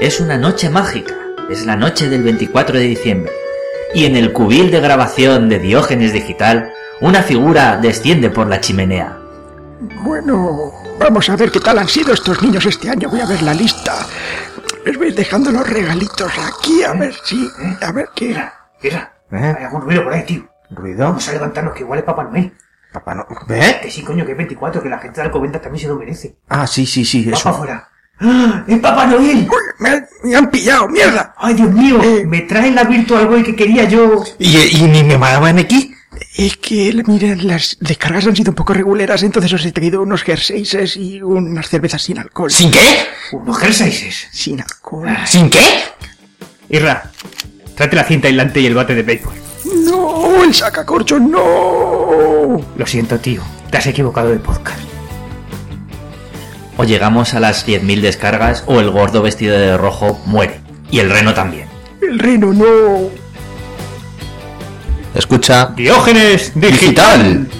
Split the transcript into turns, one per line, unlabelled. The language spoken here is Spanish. Es una noche mágica, es la noche del 24 de diciembre, y en el cubil de grabación de Diógenes Digital, una figura desciende por la chimenea.
Bueno, vamos a ver qué tal han sido estos niños este año. Voy a ver la lista. Les voy dejando los regalitos aquí, a ver si. A ver qué.
Mira, mira, hay algún ruido por ahí, tío.
¿Eh? ¿Ruido?
Vamos a levantarnos, que igual es Papá Noel.
Papá no. ¿Eh?
Que sí, coño, que es 24, que la gente de Alcobendas también se lo merece.
Ah, sí, sí, sí,
Va para
eso.
afuera. ¡Ah! ¡Es Papá Noel!
Uy, me, han- me han pillado, mierda.
¡Ay, Dios mío!
Eh.
Me traen la Virtual Boy que quería yo.
¿Y, y ni me mandaban aquí?
Es que, mira, las descargas han sido un poco reguleras, entonces os he traído unos jerseys y unas cervezas sin alcohol.
¿Sin qué?
Unos jerseys.
Sin alcohol.
¿Sin qué?
Irra, trate la cinta aislante y el bate de béisbol.
¡No! ¡El sacacorcho, no!
Lo siento, tío. Te has equivocado de podcast.
O llegamos a las 10.000 descargas o el gordo vestido de rojo muere. Y el reno también.
El reno, no.
Escucha.
Diógenes digital.
Digital.